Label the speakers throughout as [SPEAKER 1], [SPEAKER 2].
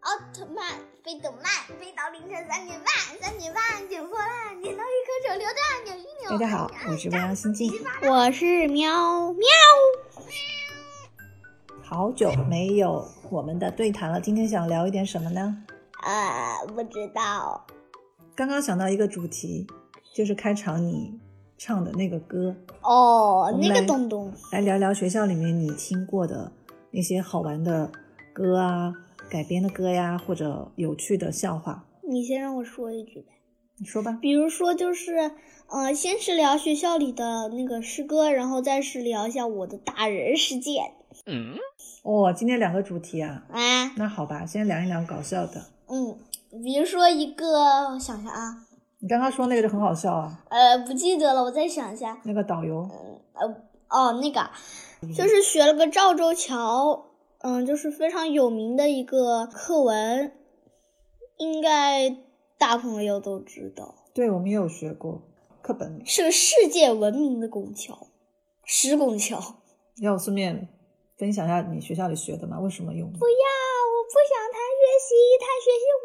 [SPEAKER 1] 奥特曼飞得慢，飞到凌晨三点半，三点半捡破烂，捡到一颗手榴弹，扭一扭。
[SPEAKER 2] 大家好，我是未央心静，
[SPEAKER 3] 我是喵喵。
[SPEAKER 2] 好久没有我们的对谈了，今天想聊一点什么呢？
[SPEAKER 1] 呃，不知道。
[SPEAKER 2] 刚刚想到一个主题，就是开场你唱的那个歌，
[SPEAKER 1] 哦，
[SPEAKER 2] 我们
[SPEAKER 1] 那
[SPEAKER 2] 来
[SPEAKER 1] 个东东，
[SPEAKER 2] 来聊聊学校里面你听过的那些好玩的歌啊，改编的歌呀，或者有趣的笑话。
[SPEAKER 3] 你先让我说一句呗。
[SPEAKER 2] 你说吧，
[SPEAKER 3] 比如说，就是呃，先是聊学校里的那个诗歌，然后再是聊一下我的打人事件
[SPEAKER 4] 嗯，
[SPEAKER 2] 哦，今天两个主题啊，
[SPEAKER 3] 啊。
[SPEAKER 2] 那好吧，先聊一聊搞笑的。
[SPEAKER 3] 嗯，比如说一个，我想想啊，
[SPEAKER 2] 你刚刚说那个就很好笑啊，
[SPEAKER 3] 呃，不记得了，我再想一下。
[SPEAKER 2] 那个导游，
[SPEAKER 3] 哦，那个
[SPEAKER 2] 嗯
[SPEAKER 3] 就是学了个赵州桥，嗯，就是非常有名的一个课文，应该大朋友都知道，
[SPEAKER 2] 对我们也有学过课本里，
[SPEAKER 3] 是个世界闻名的拱桥，石拱桥。啊，
[SPEAKER 2] 要顺便分享一下你学校里学的吗？为什么用？
[SPEAKER 3] 我不想他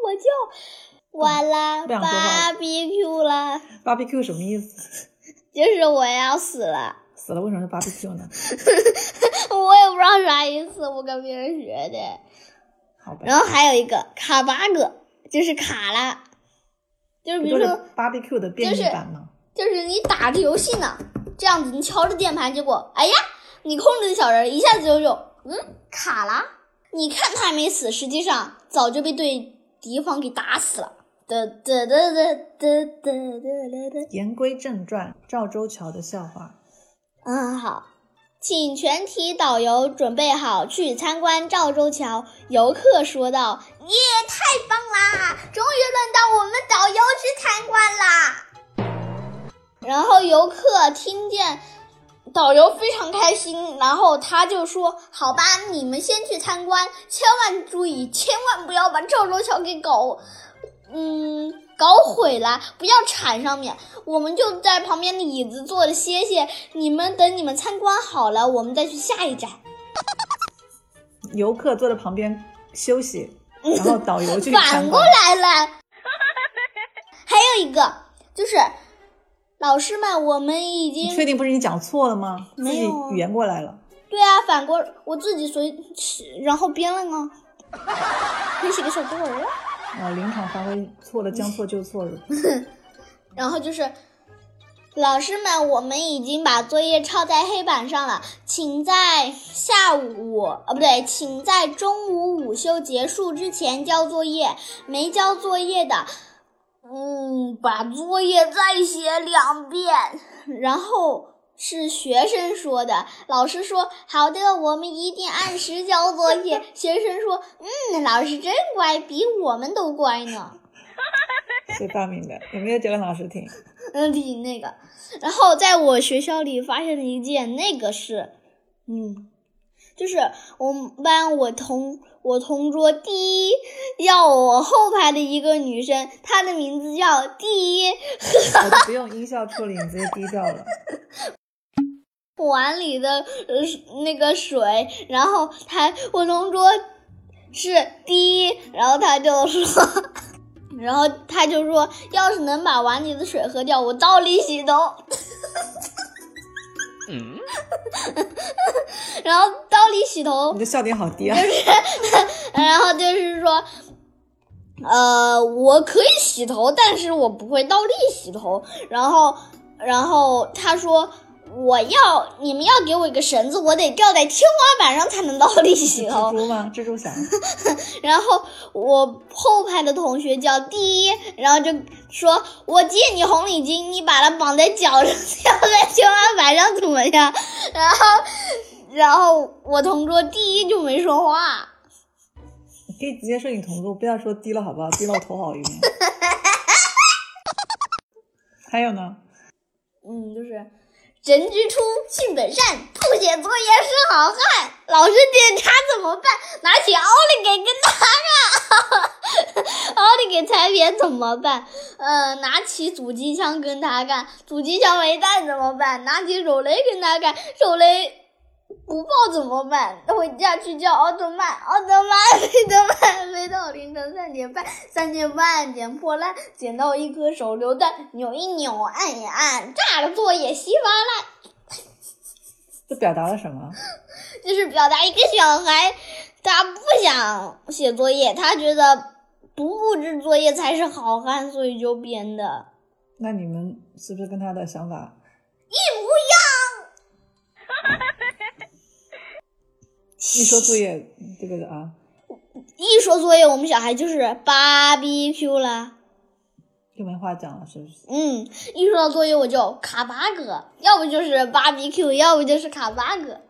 [SPEAKER 3] 学习，他学习我就完啦
[SPEAKER 2] 不想说话了
[SPEAKER 3] ，barbecue 啦，
[SPEAKER 2] barbecue 什么意思？
[SPEAKER 3] 就是我要死了，
[SPEAKER 2] 死了为什么是 barbecue 呢？
[SPEAKER 3] 我也不知道啥意思，我跟别人学的。
[SPEAKER 2] 好吧，
[SPEAKER 3] 然后还有一个卡巴格，就是卡拉，就是
[SPEAKER 2] 不
[SPEAKER 3] 比
[SPEAKER 2] 就
[SPEAKER 3] 如
[SPEAKER 2] 是
[SPEAKER 3] 说。
[SPEAKER 2] barbecue 的变
[SPEAKER 3] 就
[SPEAKER 2] 异
[SPEAKER 3] 是
[SPEAKER 2] 版吗？
[SPEAKER 3] 就是你打着游戏呢，这样子你敲着键盘，结果哎呀，你控制的小人一下子就有嗯卡啦，你看他还没死，实际上早就被对敌方给打死了。得得得得得得得得
[SPEAKER 2] 言归正传，赵州桥的笑话。
[SPEAKER 3] 嗯，好，请全体导游准备好去参观赵州桥。游客说道：“耶，太棒啦！终于轮到我们导游去参观啦！”然后游客听见导游非常开心，然后他就说：“好吧，你们先去参观，千万注意，千万不要把赵州桥给搞，嗯，搞毁了，不要铲上面。我们就在旁边的椅子坐着歇歇。你们等你们参观好了，我们再去下一站。
[SPEAKER 2] 游客坐在旁边休息， 然后导游去参
[SPEAKER 3] 反过
[SPEAKER 2] 观。
[SPEAKER 3] 来了， 还有一个就是，老师们，我们已
[SPEAKER 2] 你
[SPEAKER 3] 经
[SPEAKER 2] 确定不是你讲错了吗？自
[SPEAKER 3] 没
[SPEAKER 2] 己
[SPEAKER 3] 有啊
[SPEAKER 2] 语言过来了。
[SPEAKER 3] 对啊，反过我自己随然后编了 呢，可以写个小作文了。
[SPEAKER 2] 啊，临场发挥，错了将错就错了。
[SPEAKER 3] 然后就是，老师们，我们已经把作业抄在黑板上了，请在下午啊不对，请在中午午休结束之前交作业。没交作业的，嗯，把作业再写两遍。然后是学生说的，老师说好的，我们一定按时交作业。学生说，嗯，老师真乖，比我们都乖呢。
[SPEAKER 2] 谁发明的？有没有讲给老师听？
[SPEAKER 3] 嗯，比那个。然后在我学校里发现了一件，那个是，嗯，就是我们班我同我同桌第一要我后排的一个女生，她的名字叫第一。
[SPEAKER 2] 我就不用音效处理，你直接低调了。
[SPEAKER 3] 碗里的呃是那个水，然后他我同桌是第一，然后他就说， 然后他就说，要是能把碗里的水喝掉，我倒立洗头。
[SPEAKER 4] 嗯，
[SPEAKER 3] 然后倒立洗头
[SPEAKER 2] 你，的笑点好 低啊！
[SPEAKER 3] 然后就是说，呃，我可以洗头，但是我不会倒立洗头。然后，然后他说。我要你们要给我一个绳子，我得吊在天花板上才能倒立洗头
[SPEAKER 2] 蜘。 蛛吗？蜘蛛侠？
[SPEAKER 3] 然后我后排的同学叫第一，然后就说：“我借你红领巾，你把它绑在脚上， 吊在天花板上怎么样？” 然后，然后我同桌第一就没说话。
[SPEAKER 2] 你可以直接说你同桌，不要说低了好不好？低了我头好晕。 还有呢？
[SPEAKER 3] 嗯，就是人之初，性本善，不写作业是好汉。老师检查怎么办？拿起奥利给跟他干， 奥利给踩扁怎么办？呃，拿起阻击枪跟他干，阻击枪没带怎么办？拿起手雷跟他干，手雷不报怎么办？那回家去叫奥特曼，奥特曼，飞特曼，飞到凌晨三点半，三点半捡破烂，捡到一颗手榴弹，扭一扭，按一按，炸了作业稀巴烂。
[SPEAKER 2] 这表达了什么？
[SPEAKER 3] 就是表达一个小孩，他不想写作业，他觉得不布置作业才是好汉，所以就编的。
[SPEAKER 2] 那你们是不是跟他的想法？一说作业这个啊，
[SPEAKER 3] 一说作业，我们小孩就是芭比 Q 啦。
[SPEAKER 2] 就没话讲了，是不是？
[SPEAKER 3] 嗯，一说到作业我就卡巴哥，要不就是芭比 Q，要不就是卡巴哥。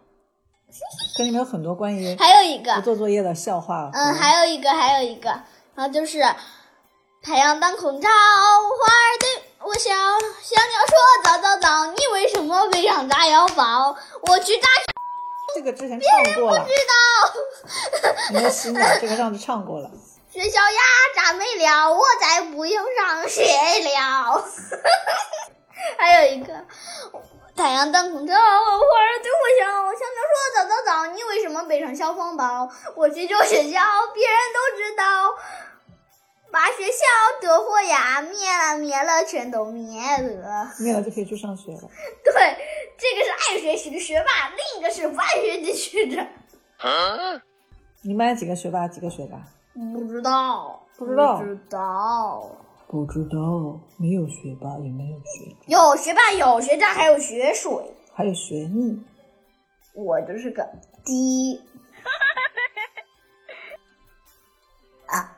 [SPEAKER 2] 跟你们有很多关于
[SPEAKER 3] 还有一个
[SPEAKER 2] 不，做作业的笑话。
[SPEAKER 3] 嗯，还有一个，还有一个，然后就是太阳当空照，花儿对我笑，小鸟说早早早，你为什么背上炸药包？我去炸
[SPEAKER 2] 这个之前唱过了，
[SPEAKER 3] 药，
[SPEAKER 2] 没有洗脑，这个上次唱过了。
[SPEAKER 3] 学校呀炸没了，我再不用上学了。 还有一个，太阳当空照，花儿对我笑，小鸟说早早早，你为什么背上消防包？我去住学校，别人都知道。把学校的火呀灭了灭了，全都灭了。
[SPEAKER 2] 灭了就可以去上学了。
[SPEAKER 3] 对，这个是爱学习的学霸，另一个是不爱学习的学者。
[SPEAKER 2] 你们班几个学霸？几个学霸？
[SPEAKER 3] 不知道，
[SPEAKER 2] 不知道
[SPEAKER 3] 不知道。
[SPEAKER 2] 不知道，没有学霸，也没有学，
[SPEAKER 3] 有学霸，有学渣，还有学水。
[SPEAKER 2] 还有学腻。
[SPEAKER 3] 我就是个低。啊，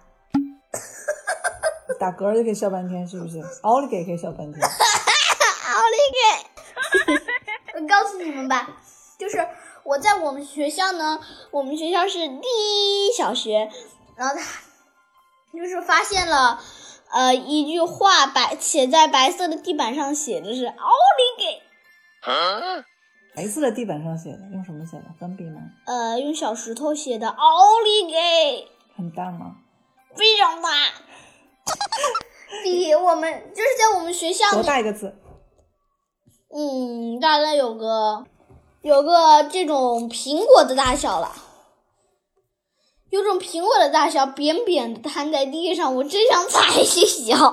[SPEAKER 2] 打嗝就可以笑半天，是不是？奥利给也可以笑半天。
[SPEAKER 3] 奥利给！我 告诉你们吧，就是我在我们学校呢，我们学校是第一小学，然后他就是发现了。呃，一句话白写在白色的地板上，写的是“奥利给
[SPEAKER 2] 白色的地板上写的，用什么写的？粉笔吗？”，
[SPEAKER 3] 呃，用小石头写的“奥利给
[SPEAKER 2] 很大吗？”，
[SPEAKER 3] 非常大，比我们就是在我们学校
[SPEAKER 2] 多
[SPEAKER 3] 呢
[SPEAKER 2] 大一个字？
[SPEAKER 3] 嗯，大概有个有个这种苹果的大小了，有种苹果的大小，扁扁的摊在地上，我真想踩一脚。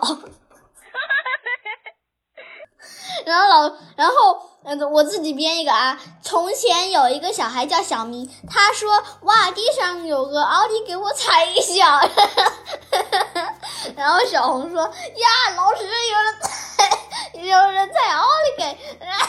[SPEAKER 3] 然后老，然后嗯，我自己编一个啊。从前有一个小孩叫小明，他说：“哇，地上有个奥利，给我踩一脚。”然后小红说：“呀，老师有人踩，有人 踩奥利给。” 然后，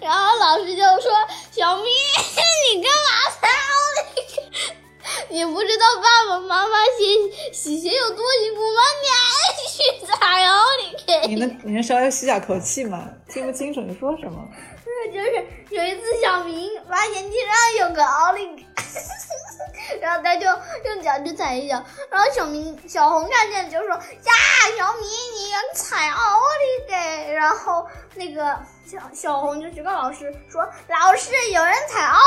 [SPEAKER 3] 然后老师就说：“小明， 你干嘛踩奥利给？ 你不知道爸爸妈妈洗洗鞋有多辛苦吗？你还去踩奥利给？”
[SPEAKER 2] 你能你能稍微吸下口气吗？听不清楚你说什么。
[SPEAKER 3] 就是有一次，小明发现地上有个奥利给， 然后他就用脚去踩一脚，然后小明小红看见就说：“呀，小明，你要踩奥利给！”然后那个小小红就去告老师说：“老师，有人踩奥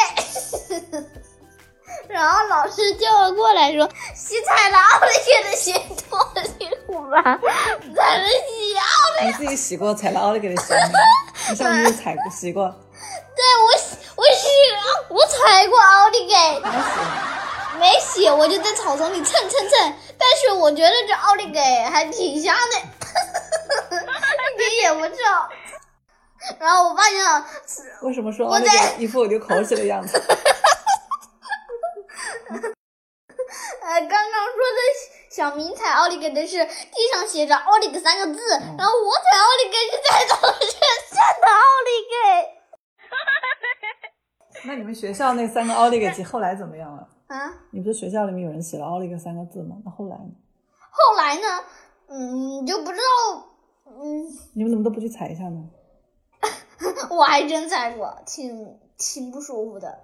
[SPEAKER 3] 利给。” 然后老师叫了过来说：“洗踩了奥利给的鞋多辛苦吧？踩了洗奥
[SPEAKER 2] 你哎自己洗过踩了奥利给的鞋吗？你上次就踩过洗过，
[SPEAKER 3] 对我洗，我洗了，我踩过奥利给，
[SPEAKER 2] 还洗。
[SPEAKER 3] 没洗，我就在草丛里蹭蹭蹭。但是我觉得这奥利给还挺香的， 一点也不臭。然后我发现啊了，
[SPEAKER 2] 为什么说奥利给一副流口水的样子？
[SPEAKER 3] 呃，刚刚说的小明踩奥利给的是地上写着“奥利给”三个字，然后我踩奥利给是在草原上的 奥利
[SPEAKER 2] 那你们学校那三个奥利给级后来怎么样了？
[SPEAKER 3] 给啊。
[SPEAKER 2] 你不是学校里面有人写了奥利给三个字吗？那后来呢？
[SPEAKER 3] 后来呢，嗯，就不知道，嗯，
[SPEAKER 2] 你们怎么都不去踩一下呢？
[SPEAKER 3] 我还真踩过，挺挺不舒服的。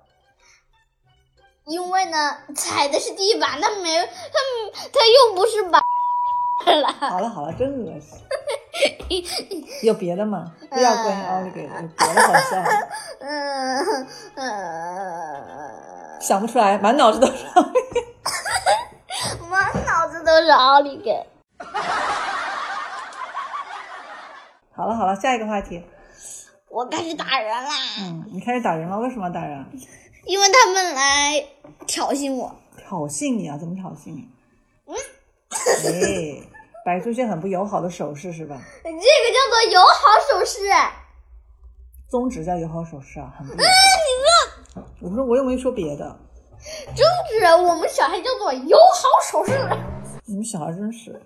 [SPEAKER 3] 因为呢，踩的是地板，它没，它它又不是板儿了。
[SPEAKER 2] 好了好了，真恶心。有别的吗？不要关于奥利给了，有别的好笑吗？
[SPEAKER 3] 嗯嗯，
[SPEAKER 2] 想不出来，满脑子都是奥利给。
[SPEAKER 3] 满脑子都是奥利给。
[SPEAKER 2] 好了好了，下一个话题。
[SPEAKER 5] 我开始打人啦，
[SPEAKER 2] 嗯，你开始打人了？为什么要打人啊？
[SPEAKER 5] 因为他们来挑衅我。
[SPEAKER 2] 挑衅你啊？怎么挑衅你？哎，摆出一些很不友好的手势是吧？
[SPEAKER 3] 这个叫做友好手势。
[SPEAKER 2] 宗旨叫友好手势啊，很不友好。我说我又没说别的，
[SPEAKER 3] 中指，我们小孩叫做友好手势。
[SPEAKER 2] 你们小孩真是。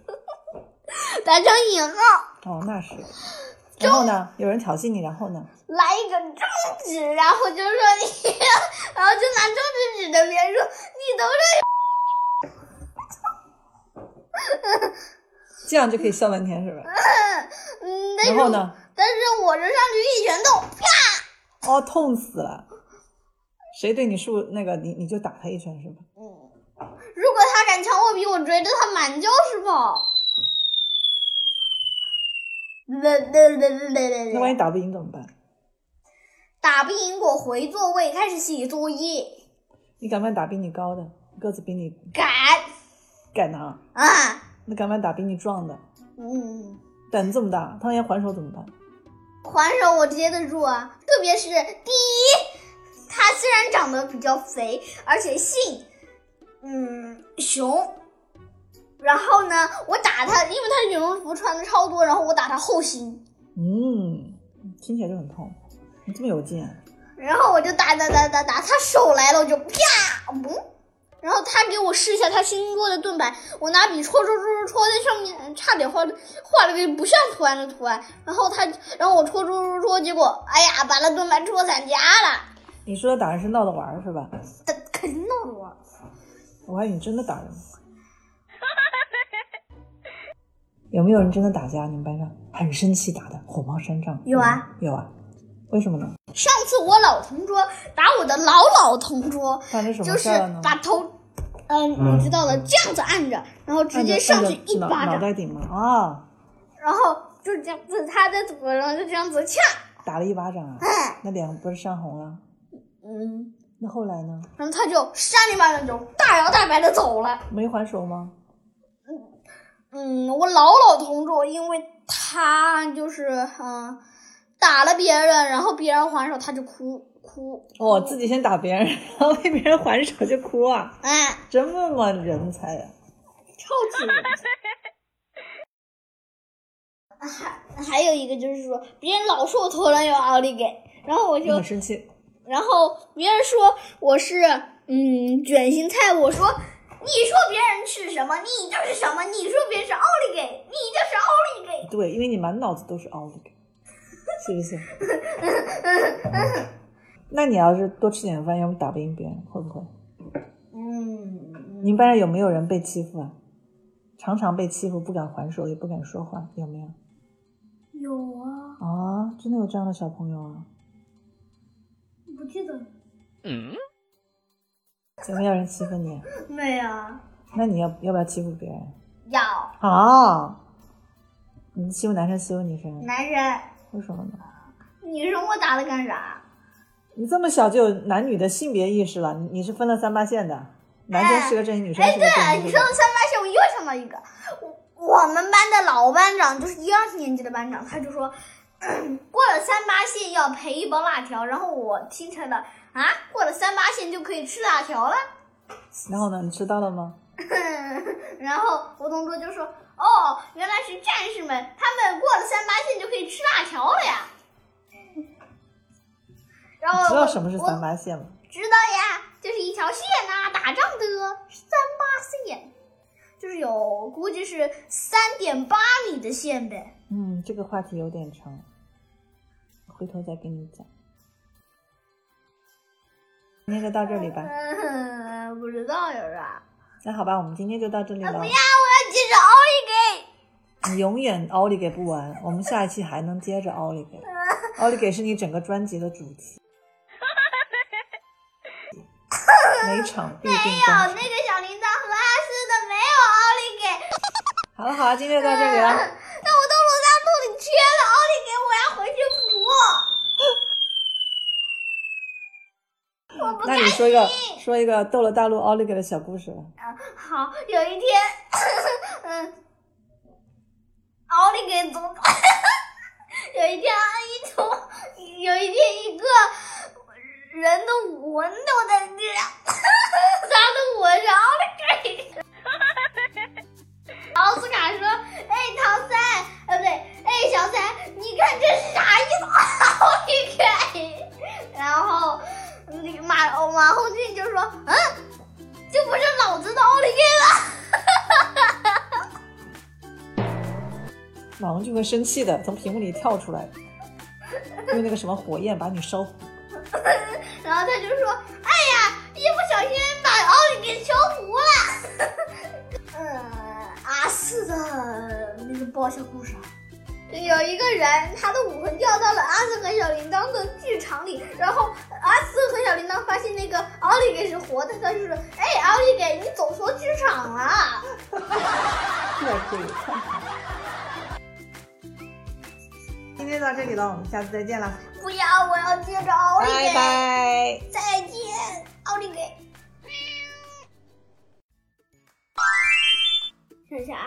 [SPEAKER 3] 打成赢了，
[SPEAKER 2] 哦，那是。然后呢？有人挑衅你，然后呢？
[SPEAKER 3] 来一个中指，然后就说你， 然后就拿中指指着别人说你头上
[SPEAKER 2] 这样就可以笑半天是吧？
[SPEAKER 3] 有，嗯，但
[SPEAKER 2] 然
[SPEAKER 3] 是
[SPEAKER 2] 后呢？
[SPEAKER 3] 但是我这上去一拳头，啪，
[SPEAKER 2] 哦，痛死了！谁对你竖那个，你你就打他一拳是吧？
[SPEAKER 3] 嗯，如果他敢抢我笔，我追着他满教室跑。
[SPEAKER 2] 那万一打不赢怎么办？
[SPEAKER 3] 打不赢我回座位开始写作业，
[SPEAKER 2] 你敢不敢打比你高的，个子比你
[SPEAKER 3] 敢
[SPEAKER 2] 敢拿？
[SPEAKER 3] 啊，
[SPEAKER 2] 那敢不敢打比你壮的，
[SPEAKER 3] 嗯。
[SPEAKER 2] 胆子这么大，他要还手怎么办？
[SPEAKER 3] 还手我接得住啊，特别是第一，它虽然长得比较肥，而且性，嗯，熊。然后呢，我打它，因为它羽绒服穿的超多，然后我打它后心，
[SPEAKER 2] 嗯，听起来就很痛。你这么有劲、啊，
[SPEAKER 3] 然后我就打打打打打，它手来了我就啪，嗯，然后它给我试一下它新做的盾牌，我拿笔戳戳戳戳戳在上面，差点画画了个不像图案的图案。然后它，然后我戳戳戳戳，结果哎呀，把那盾牌戳散架了。
[SPEAKER 2] 你说的打人是闹着玩儿是吧？
[SPEAKER 3] 他肯定闹着玩。
[SPEAKER 2] 我还以为你真的打人。有没有人真的打架？你们班上很生气打的火冒三丈？
[SPEAKER 3] 有啊，
[SPEAKER 2] 有啊。为什么呢？
[SPEAKER 3] 上次我老同桌打我的老老同桌，
[SPEAKER 2] 发生什
[SPEAKER 3] 就
[SPEAKER 2] 么事
[SPEAKER 3] 是
[SPEAKER 2] 儿了呢？
[SPEAKER 3] 把头，嗯、你知道了，这样子按着，然后直
[SPEAKER 2] 按着
[SPEAKER 3] 接上
[SPEAKER 2] 按
[SPEAKER 3] 去
[SPEAKER 2] 着
[SPEAKER 3] 一
[SPEAKER 2] 脑
[SPEAKER 3] 巴
[SPEAKER 2] 脑
[SPEAKER 3] 掌，
[SPEAKER 2] 袋顶吗？啊，
[SPEAKER 3] 然后就这样子，他在左然后就这样子掐，
[SPEAKER 2] 打了一巴掌啊，
[SPEAKER 3] 哎，
[SPEAKER 2] 那脸不是伤红了？
[SPEAKER 3] 嗯，
[SPEAKER 2] 那后来呢？
[SPEAKER 3] 然后他就扇了一巴掌，就大摇大摆的走了。
[SPEAKER 2] 没还手吗？
[SPEAKER 3] 嗯，我老老同桌，因为他就是嗯、打了别人，然后别人还手，他就哭哭，
[SPEAKER 2] 哦，自己先打别人， 然后被别人还手就哭啊，
[SPEAKER 3] 哎，
[SPEAKER 2] 这么人才啊！
[SPEAKER 3] 超级人还 还有一个就是说，别人老说我头上有奥利给，然后我
[SPEAKER 2] 你
[SPEAKER 3] 就，
[SPEAKER 2] 很生气，
[SPEAKER 3] 然后别人说我是嗯卷心菜，我说你说别人是什么，你就是什么，你说别人是奥利给，你就是奥利给。
[SPEAKER 2] 对，因为你满脑子都是奥利给，是不是？ 那你要是多吃点饭，要么打不赢别人，会不会？
[SPEAKER 3] 嗯，
[SPEAKER 2] 你们班上有没有人被欺负啊？常常被欺负，不敢还手，也不敢说话，有没有？
[SPEAKER 3] 有啊，
[SPEAKER 2] 啊，真的有这样的小朋友啊？
[SPEAKER 3] 不记得
[SPEAKER 2] 有没有人欺负你？
[SPEAKER 3] 没啊，
[SPEAKER 2] 那你要要不要欺负别人？
[SPEAKER 3] 要
[SPEAKER 2] 啊，你欺负男生欺负女生，
[SPEAKER 3] 男人，
[SPEAKER 2] 为什么呢？
[SPEAKER 3] 你说我打他干啥？
[SPEAKER 2] 你这么小就有男女的性别意识了，你你是分了三八线的，男生是个阵营，女生是个
[SPEAKER 3] 哎，
[SPEAKER 2] 阵营。
[SPEAKER 3] 你
[SPEAKER 2] 是
[SPEAKER 3] 说
[SPEAKER 2] 吧
[SPEAKER 3] 到三八线，我又想到一个，我我们班的老班长就是一二年级的班长，他就说，嗯过了三八线要赔一包辣条，然后我听成了啊，过了三八线就可以吃辣条了，
[SPEAKER 2] 然后呢，你知道了吗？
[SPEAKER 3] 然后我同桌就说，哦，原来是战士们，他们过了三八线就可以吃辣条了呀。然后
[SPEAKER 2] 你知
[SPEAKER 3] 我
[SPEAKER 2] 道什么是
[SPEAKER 3] 哦我
[SPEAKER 2] 三八线吗？
[SPEAKER 3] 知道呀，就是一条线呐、打仗的三八线，就是有估计是三点八米的线呗。
[SPEAKER 2] 嗯，这个话题有点长，回头再跟你讲。今天就到这里吧，
[SPEAKER 3] 嗯， 不知道有啥。
[SPEAKER 2] 那好吧，我们今天就到这里了。
[SPEAKER 3] 那接着奥利
[SPEAKER 2] 你永远奥利给不 完，我们下一期还能接着奥利给。奥利给是你整个专辑的主题， 每场必定
[SPEAKER 3] 给，
[SPEAKER 2] 登
[SPEAKER 3] 有那
[SPEAKER 2] 场。
[SPEAKER 3] 个小铃铛和阿斯的没有奥利给，
[SPEAKER 2] 好了好了，今天就到这 里了。
[SPEAKER 3] 但我到楼下肚里缺了奥利给，我要回去补。
[SPEAKER 2] 那你说一个说一个逗了大陆奥利给的小故事吧。
[SPEAKER 3] 好，有一天，嗯，奥利给走，有一天一头，有一天一个人的蚊都在地 上，他的蚊然后他给。 然后斯卡说：“哎，唐三，呃，不对，哎，小三，你看这是啥意思？好厉害！”然后那个马马红俊就说：“嗯，这不是老子的奥利给吗？”
[SPEAKER 2] 马红俊会生气的，从屏幕里跳出来，用那个什么火焰把你 烧。
[SPEAKER 3] 然后他就说：“哎呀，一不小心把奥利给敲糊了。 嗯”阿四的那个爆笑故事啊，有一个人他的武魂掉到了阿四和小铃铛的剧场里，然后阿四和小铃铛发现那个奥利给是活的，他就说：“哎，奥利给，你走错剧场啊了。”
[SPEAKER 2] 这个可以看看。今天到这里了，我们下次再见啦，
[SPEAKER 3] 不要，我要接着奥利给。
[SPEAKER 2] 拜拜。
[SPEAKER 3] 再见，奥利给。是啥？啊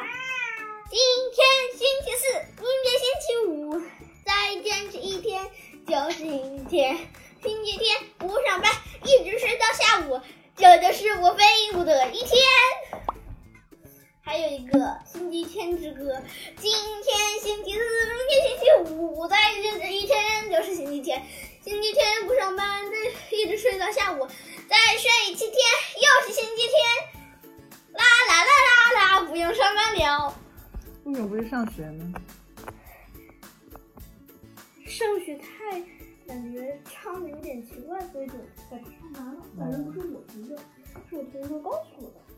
[SPEAKER 3] 今天星期四，明天星期五，再坚持一天就是一天。星期天不上班，一直睡到下午，这就是我飞舞的一天。还有一个星期天之歌，今天星期四，明天星期五，再坚持一天就是星期天。星期天不上班，这一直睡到下午，再睡七天又是星期天，啦啦啦啦啦，不用上班了。
[SPEAKER 2] 为什么不是上学呢？
[SPEAKER 3] 上学太感觉唱的有点奇怪，所以就在上班了。反正不是我提的，是我同学告诉我的。